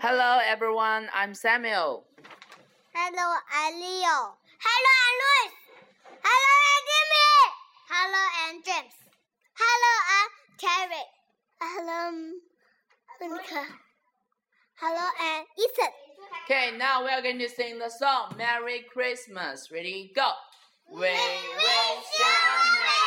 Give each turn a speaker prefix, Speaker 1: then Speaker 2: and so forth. Speaker 1: Hello, everyone. I'm Samuel.
Speaker 2: Hello, I'm Leo. Hello, I'm Luis. Hello, I'm Jimmy. Hello, I'm James. Hello, I'm Terry. Hello, um, Monica. Hello, I'm Ethan.
Speaker 1: Okay, now we're going to sing the song Merry Christmas. Ready? Go. We
Speaker 2: wish you a Merry